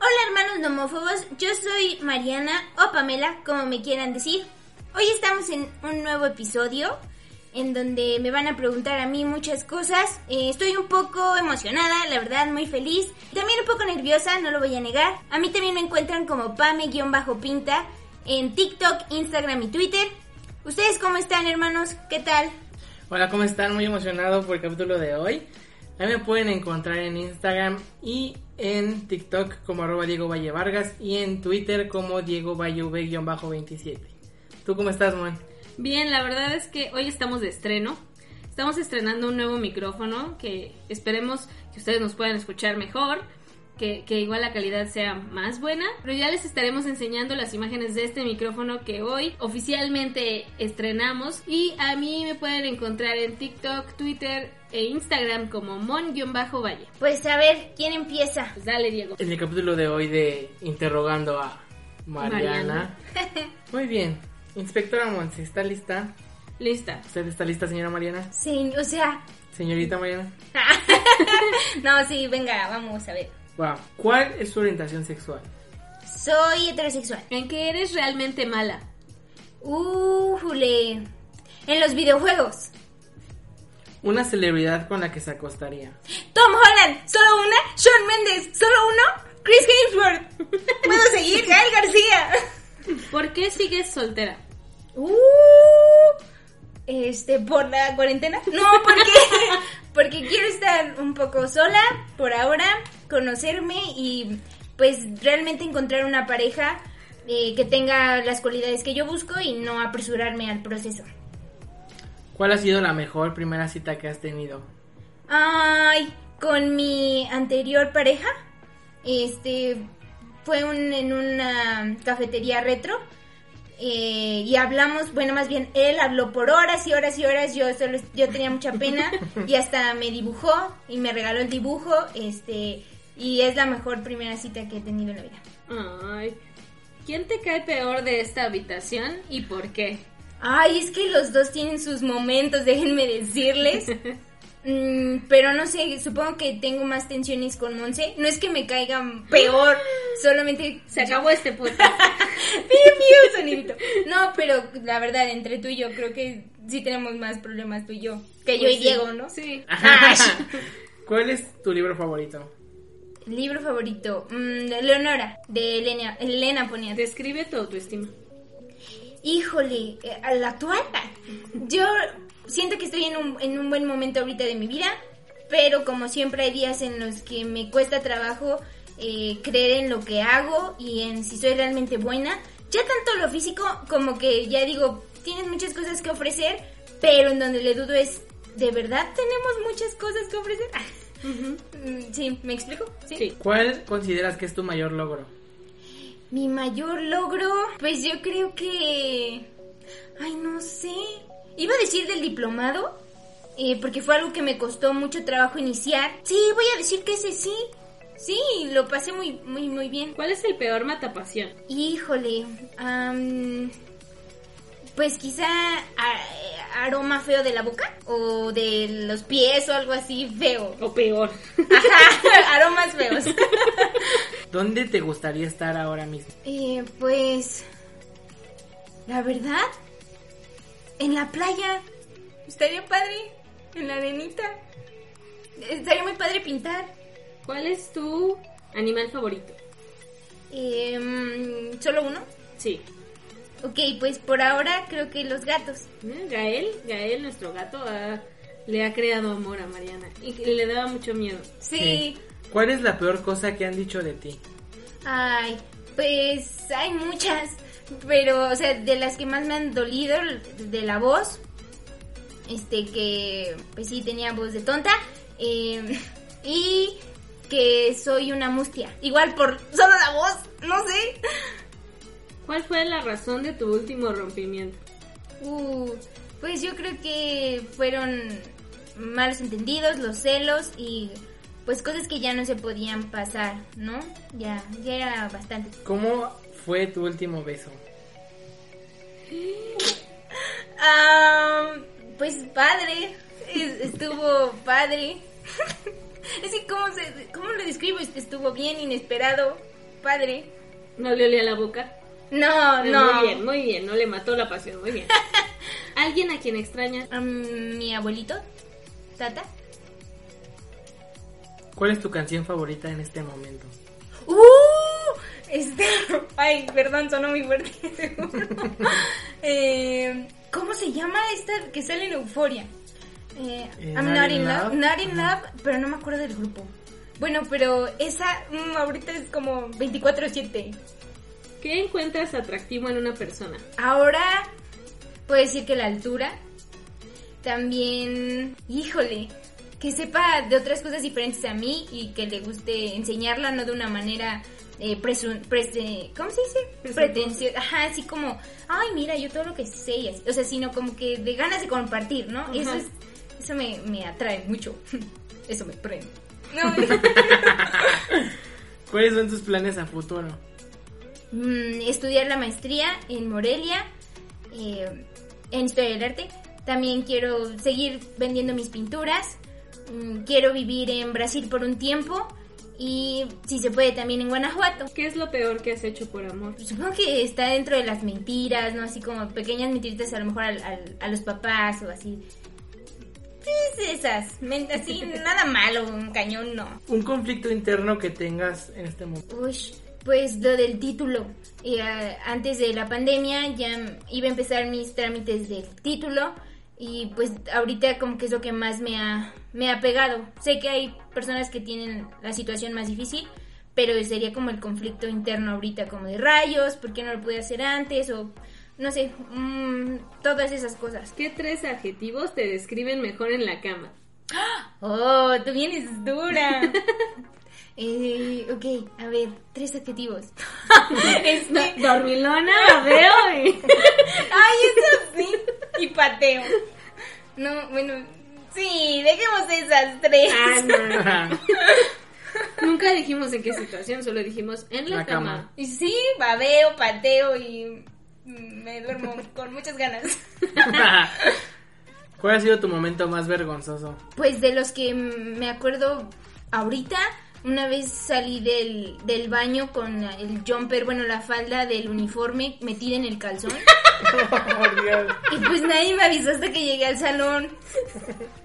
Hola hermanos nomófobos, yo soy Mariana o Pamela, como me quieran decir. Hoy estamos en un nuevo episodio en donde me van a preguntar a mí muchas cosas. Eh, estoy un poco emocionada, la verdad, muy feliz. También un poco nerviosa, no lo voy a negar. A mí también me encuentran como Pame-Pinta en TikTok, Instagram y Twitter. ¿Ustedes cómo están hermanos? ¿Qué tal? Hola, ¿cómo están? Muy emocionado por el capítulo de hoy. A mí me pueden encontrar en Instagram y en TikTok como arroba Diego Valle Vargas y en Twitter como Diego Valle V-27. ¿Tú cómo estás, Juan? Bien, la verdad es que hoy estamos de estreno. Estamos estrenando un nuevo micrófono que esperemos que ustedes nos puedan escuchar mejor, que, que igual la calidad sea más buena. Pero ya les estaremos enseñando las imágenes de este micrófono que hoy oficialmente estrenamos. Y a mí me pueden encontrar en TikTok, Twitter e Instagram como mon-valle. Pues a ver, ¿quién empieza? Pues dale, Diego. En el capítulo de hoy de Interrogando a Mariana. Muy bien. Inspectora Monse, ¿está lista? Lista. ¿Usted está lista, señora Mariana? Sí, o sea... Señorita Mariana. Ah. no, sí, venga, vamos a ver. Wow. ¿Cuál es su orientación sexual? Soy heterosexual. ¿En qué eres realmente mala? Ujule. En los videojuegos. Una celebridad con la que se acostaría. Tom Holland, solo una. Sean Mendes, solo uno. Chris Hemsworth. ¿Puedo seguir? Gael García. ¿Por qué sigues soltera? Uh, este, por la cuarentena. No, porque, porque quiero estar un poco sola por ahora, conocerme y pues realmente encontrar una pareja eh, que tenga las cualidades que yo busco y no apresurarme al proceso. ¿Cuál ha sido la mejor primera cita que has tenido? Ay, con mi anterior pareja, este, fue un- en una cafetería retro eh, y hablamos, bueno, más bien él habló por horas y horas y horas, yo solo, yo tenía mucha pena y hasta me dibujó y me regaló el dibujo, este, y es la mejor primera cita que he tenido en la vida. Ay. ¿Quién te cae peor de esta habitación y por qué? Ay, es que los dos tienen sus momentos, déjenme decirles. Mm, pero no sé, supongo que tengo más tensiones con Monse. No es que me caigan peor, solamente Se acabó este podcast. Piu, piu, sonidito. No, pero la verdad, entre tú y yo, creo que sí tenemos más problemas tú y yo. Que yo y Pues Sí. Diego, ¿no? Ah. Sí. ¿Cuál es tu libro favorito? Libro favorito. mm, de Leonora, de Elena, Elena Poniatowska. Describe tu autoestima. Híjole, eh, ¿al actual? Yo siento que estoy en un, en un buen momento ahorita de mi vida, pero como siempre hay días en los que me cuesta trabajo eh, creer en lo que hago y en si soy realmente buena. Ya tanto lo físico como que ya digo, tienes muchas cosas que ofrecer, pero en donde le dudo es, ¿de verdad tenemos muchas cosas que ofrecer? Mm, sí, ¿me explico? Sí. ¿Cuál consideras que es tu mayor logro? Mi mayor logro, pues yo creo que... Ay, no sé. Iba a decir del diplomado, eh, porque fue algo que me costó mucho trabajo iniciar. Sí, voy a decir que ese sí. Sí, lo pasé muy, muy, muy bien. ¿Cuál es el peor matapasión? Híjole. am, pues quizá a- aroma feo de la boca o de los pies o algo así feo. O peor. Ajá, aromas feos. ¿Dónde te gustaría estar ahora mismo? Eh, pues. La verdad. En la playa. Estaría padre. En la arenita. Estaría muy padre pintar. ¿Cuál es tu animal favorito? Eh, mm, ¿Solo uno? Sí. Ok, pues por ahora creo que los gatos. Mira, ¿Eh? Gael, Gael, nuestro gato, ha- le ha creado amor a Mariana. Y que le daba mucho miedo. Sí. ¿Cuál es la peor cosa que han dicho de ti? Ay, pues hay muchas. Pero, o sea, de las que más me han dolido, de la voz, este, que pues sí tenía voz de tonta, eh, y que soy una mustia. Igual por solo la voz, no sé. ¿Cuál fue la razón de tu último rompimiento? Uh, pues yo creo que fueron malos entendidos, los celos y pues cosas que ya no se podían pasar, ¿no? Ya, ya era bastante. ¿Cómo fue tu último beso? Ah, pues padre, es- estuvo padre. Es que, ¿cómo, se, ¿cómo lo describo? Estuvo bien, inesperado, padre. ¿No le olía la boca? Ah, No, no. Muy bien, muy bien, no le mató la pasión, muy bien. ¿Alguien a quien extrañas? A Mi abuelito, Tata. ¿Cuál es tu canción favorita en este momento? ¡Uh! Este, ay, perdón, sonó muy fuerte. seguro. Eh, ¿Cómo se llama esta que sale en Euforia? Eh, Eh, I'm not in love. Not in love, pero no me acuerdo del grupo. Bueno, pero esa mm, ahorita es como 24-7. ¿Qué encuentras atractivo en una persona? Ahora puedo decir que la altura. También, híjole, que sepa de otras cosas diferentes a mí y que le guste enseñarla, no de una manera eh, presu- prese- ¿cómo se dice? Presuntuosa. Pretenciosa. Ajá, así como, ay, mira, yo todo lo que sé. y así. O sea, sino como que de ganas de compartir, ¿no? Ajá. Eso, es, eso me, me atrae mucho. Eso me prende. ¿Cuáles son tus planes a futuro? Mm, estudiar la maestría en Morelia, eh, en Historia del Arte. También quiero seguir vendiendo mis pinturas. Mm, quiero vivir en Brasil por un tiempo. Y si se puede también en Guanajuato. Pues, ¿Qué es lo peor que has hecho por amor? Supongo que está dentro de las mentiras, ¿no? Así como pequeñas mentiritas a lo mejor al- al- a los papás o así. Sí, esas. men- Así, nada malo, un cañón no. ¿Un conflicto interno que tengas en este momento? Uy, pues lo del título. Eh, ah, antes de la pandemia ya m- iba a empezar mis trámites del título y pues ahorita como que es lo que más me ha, me ha pegado. Sé que hay personas que tienen la situación más difícil, pero sería como el conflicto interno ahorita, como de rayos, ¿por qué no lo pude hacer antes? O no sé, mm, todas esas cosas. ¿Qué tres adjetivos te describen mejor en la cama? Oh, tú vienes dura. Eh, ok, a ver, tres adjetivos. Este- Dormilona, la veo y... Ay, eso sí. Y pateo. No, bueno, sí, dejemos esas tres. Ah, no. Nunca dijimos en qué situación, solo dijimos en la, La cama. cama. Y sí, babeo, pateo y me duermo con muchas ganas. ¿Cuál ha sido tu momento más vergonzoso? Pues de los que me acuerdo ahorita, una vez salí del, del baño con el jumper, bueno, la falda del uniforme metida en el calzón. Por Dios. Y pues nadie me avisó hasta que llegué al salón.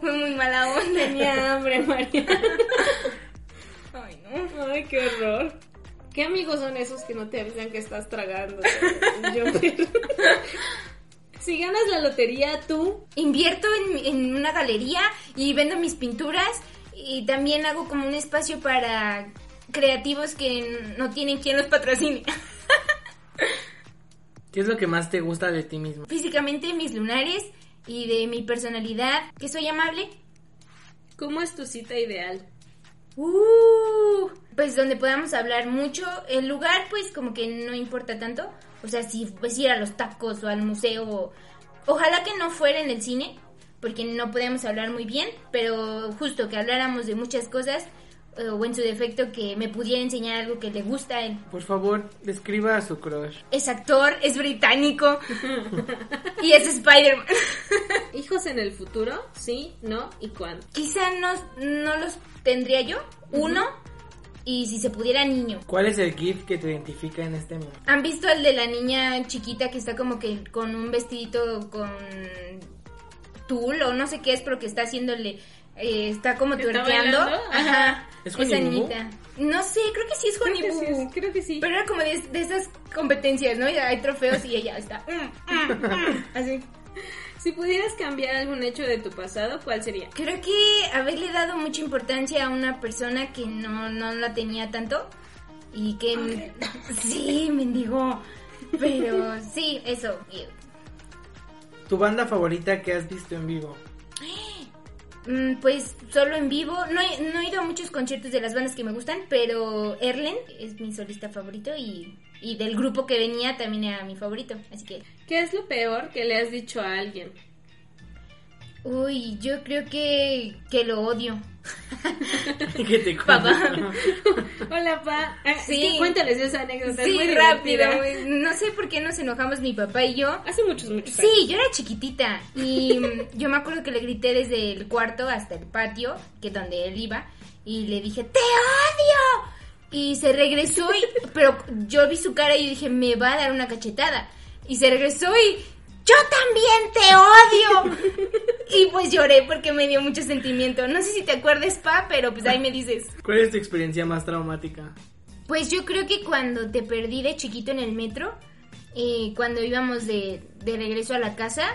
Fue muy mala onda. Tenía hambre, Ah, María. Ay, no. Ay, qué horror. ¿Qué amigos son esos que no te avisan que estás tragando? Yo- si ganas la lotería, tú. invierto en, en una galería y vendo mis pinturas y también hago como un espacio para creativos que no tienen quien los patrocine. ¿Qué es lo que más te gusta de ti mismo? Físicamente mis lunares y de mi personalidad, que soy amable. ¿Cómo es tu cita ideal? Uh, pues donde podamos hablar mucho, el lugar pues como que no importa tanto, o sea, si pues ir a los tacos o al museo, o- ojalá que no fuera en el cine, porque no podemos hablar muy bien, pero justo que habláramos de muchas cosas, eh, o en su defecto que me pudiera enseñar algo que le gusta a él. Por favor, describa a su crush. Es actor, es británico y es Spider-Man. ¿Hijos en el futuro? Sí, no y cuándo. Quizá no, no los tendría yo, uno, y si se pudiera niño. ¿Cuál es el GIF que te identifica en este momento? ¿Han visto el de la niña chiquita que está como que con un vestidito con tul o no sé qué es, pero que está haciéndole, eh, está como ¿Está tuerqueando? bailando? Ajá. ¿Es Esa Honeybubu? niñita. No sé, creo que sí es Creo que sí, Honeybubu. es- creo que sí. Pero era como de, de esas competencias, ¿no? Y hay trofeos y ella está. mm, mm, mm, así. Si pudieras cambiar algún hecho de tu pasado, ¿cuál sería? Creo que haberle dado mucha importancia a una persona que no, no la tenía tanto y que sí, mendigo. Pero sí, eso. Y- ¿Tu banda favorita que has visto en vivo? Mm, Pues solo en vivo. No he, no he ido a muchos conciertos de las bandas que me gustan, pero Erlen es mi solista favorito y, y del grupo que venía también era mi favorito. Así que, ¿Qué es lo peor que le has dicho a alguien? uy, yo creo que, que lo odio. ¿Qué te cuento? Papá. Hola, pa. Eh, Sí. es que cuéntales esa anécdota. es Sí, muy rápido. divertida. güey. No sé por qué nos enojamos mi papá y yo. Hace muchos, muchos años. Sí, yo era chiquitita y mm, yo me acuerdo que le grité desde el cuarto hasta el patio, que es donde él iba, y le dije, ¡te odio! Y se regresó, y, pero yo vi su cara y yo dije, me va a dar una cachetada. Y se regresó y, ¡yo también te odio! Y pues lloré porque me dio mucho sentimiento. No sé si te acuerdas, pa, pero pues ahí me dices. ¿Cuál es tu experiencia más traumática? Pues yo creo que cuando te perdí de chiquito en el metro, eh, cuando íbamos de, de regreso a la casa,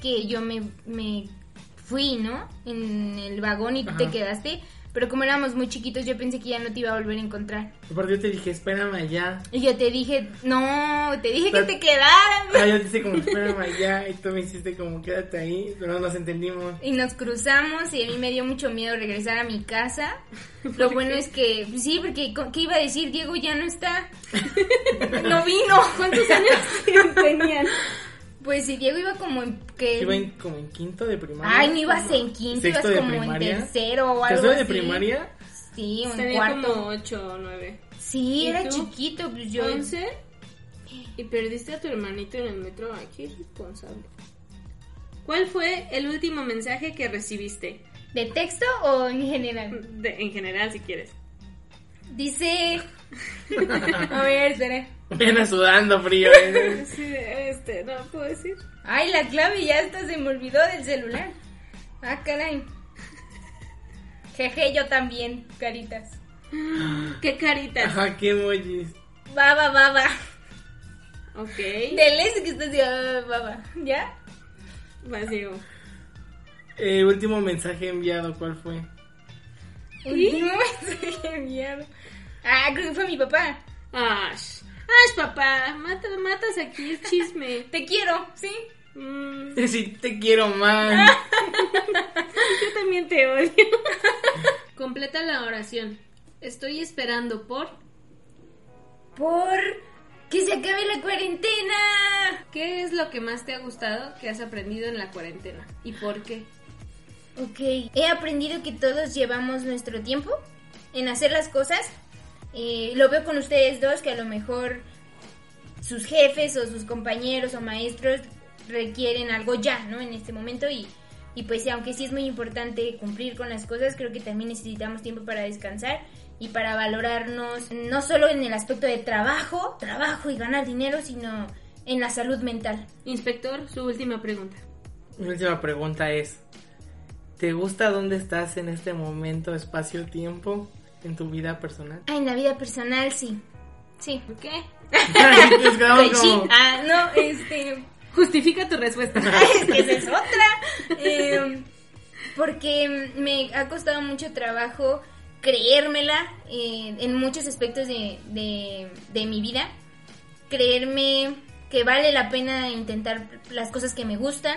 que yo me, me fui, ¿no? En el vagón y tú te Ajá. quedaste. Pero como éramos muy chiquitos, yo pensé que ya no te iba a volver a encontrar. Porque yo te dije, espérame allá. Y yo te dije, no, te dije que Pero- te quedaras. Ah, yo te hice como, espérame allá. Y tú me hiciste como, quédate ahí. Pero nos entendimos. Y nos cruzamos y a mí me dio mucho miedo regresar a mi casa. Lo bueno es que, pues, sí, porque co- ¿qué iba a decir? Diego ya no está. No vino. ¿Cuántos años tenían? Pues si Diego iba como en... Que... Iba en- como en quinto de primaria. Ay, no ibas en quinto, ibas Sexto de como primaria. en tercero o algo ¿Tercero de así. primaria? Sí, o en Tenía cuarto. como 8 o 9. Sí, ¿Y era tú? chiquito, pues yo... 11. Y perdiste a tu hermanito en el metro. Ay, qué irresponsable. ¿Cuál fue el último mensaje que recibiste? ¿De texto o en general? De- en general, si quieres. Dice... A ver, espera. Viene sudando frío. ¿eh? Sí, este, no puedo decir. Ay, la clave ya hasta se me olvidó del celular. Ah, caray. Jeje, yo también, caritas. ¿Qué caritas? Ajá, qué emojis. Baba, baba. Ok. Del ese que estás diciendo, baba. ¿Ya? Vas, Diego. Eh, último mensaje enviado, ¿cuál fue? Último mensaje enviado. Ah, creo que fue mi papá. Ash. Ash, papá. Mata, matas aquí el chisme. Te quiero, ¿sí? Mm, Si te quiero más. yo también te odio. Completa la oración. Estoy esperando por. Por que se acabe la cuarentena. ¿Qué es lo que más te ha gustado que has aprendido en la cuarentena? ¿Y por qué? Ok, he aprendido que todos llevamos nuestro tiempo en hacer las cosas. Eh, lo veo con ustedes dos, que a lo mejor sus jefes o sus compañeros o maestros requieren algo ya, ¿no? En este momento y, y pues aunque sí es muy importante cumplir con las cosas, creo que también necesitamos tiempo para descansar y para valorarnos, no solo en el aspecto de trabajo, trabajo y ganar dinero, sino en la salud mental. Inspector, su última pregunta. Mi última pregunta es: ¿Te gusta dónde estás en este momento, espacio, tiempo, en tu vida personal? Ah, en la vida personal, sí. Sí. ¿Por qué? Nos quedamos Pues sí. como- Ah, no, este... Justifica tu respuesta. es que esa es otra. Eh, porque me ha costado mucho trabajo creérmela eh, en muchos aspectos de, de- de mi vida. Creerme que vale la pena intentar las cosas que me gustan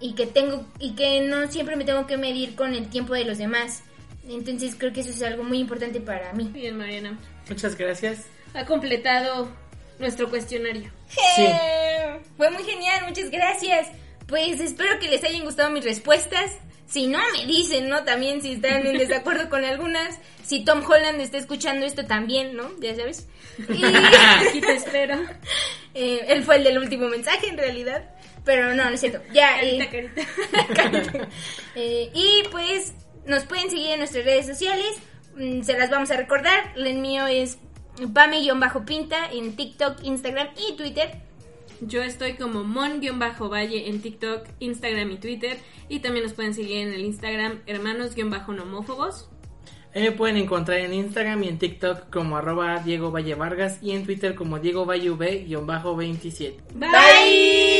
y que tengo y que no siempre me tengo que medir con el tiempo de los demás. Entonces creo que eso es algo muy importante para mí. Bien, Mariana. Muchas gracias. Ha completado nuestro cuestionario. Sí. Eh, Fue muy genial, muchas gracias. Pues espero que les hayan gustado mis respuestas. Si no, me dicen, ¿no? También si están en desacuerdo con algunas. Si Tom Holland está escuchando esto también, ¿no? Ya sabes. Y, Aquí te espero. eh, él fue el del último mensaje, en realidad. Pero no, no es cierto. Ya, eh, Carita, carita. eh, y pues nos pueden seguir en nuestras redes sociales. Mm, se las vamos a recordar. El mío es pame-pinta en TikTok, Instagram y Twitter. Yo estoy como mon-valle en TikTok, Instagram y Twitter. Y también nos pueden seguir en el Instagram hermanos-nomófobos. Ahí me pueden encontrar en Instagram y en TikTok como arroba Diego Valle Vargas y en Twitter como Diego Valle V-27. Bye.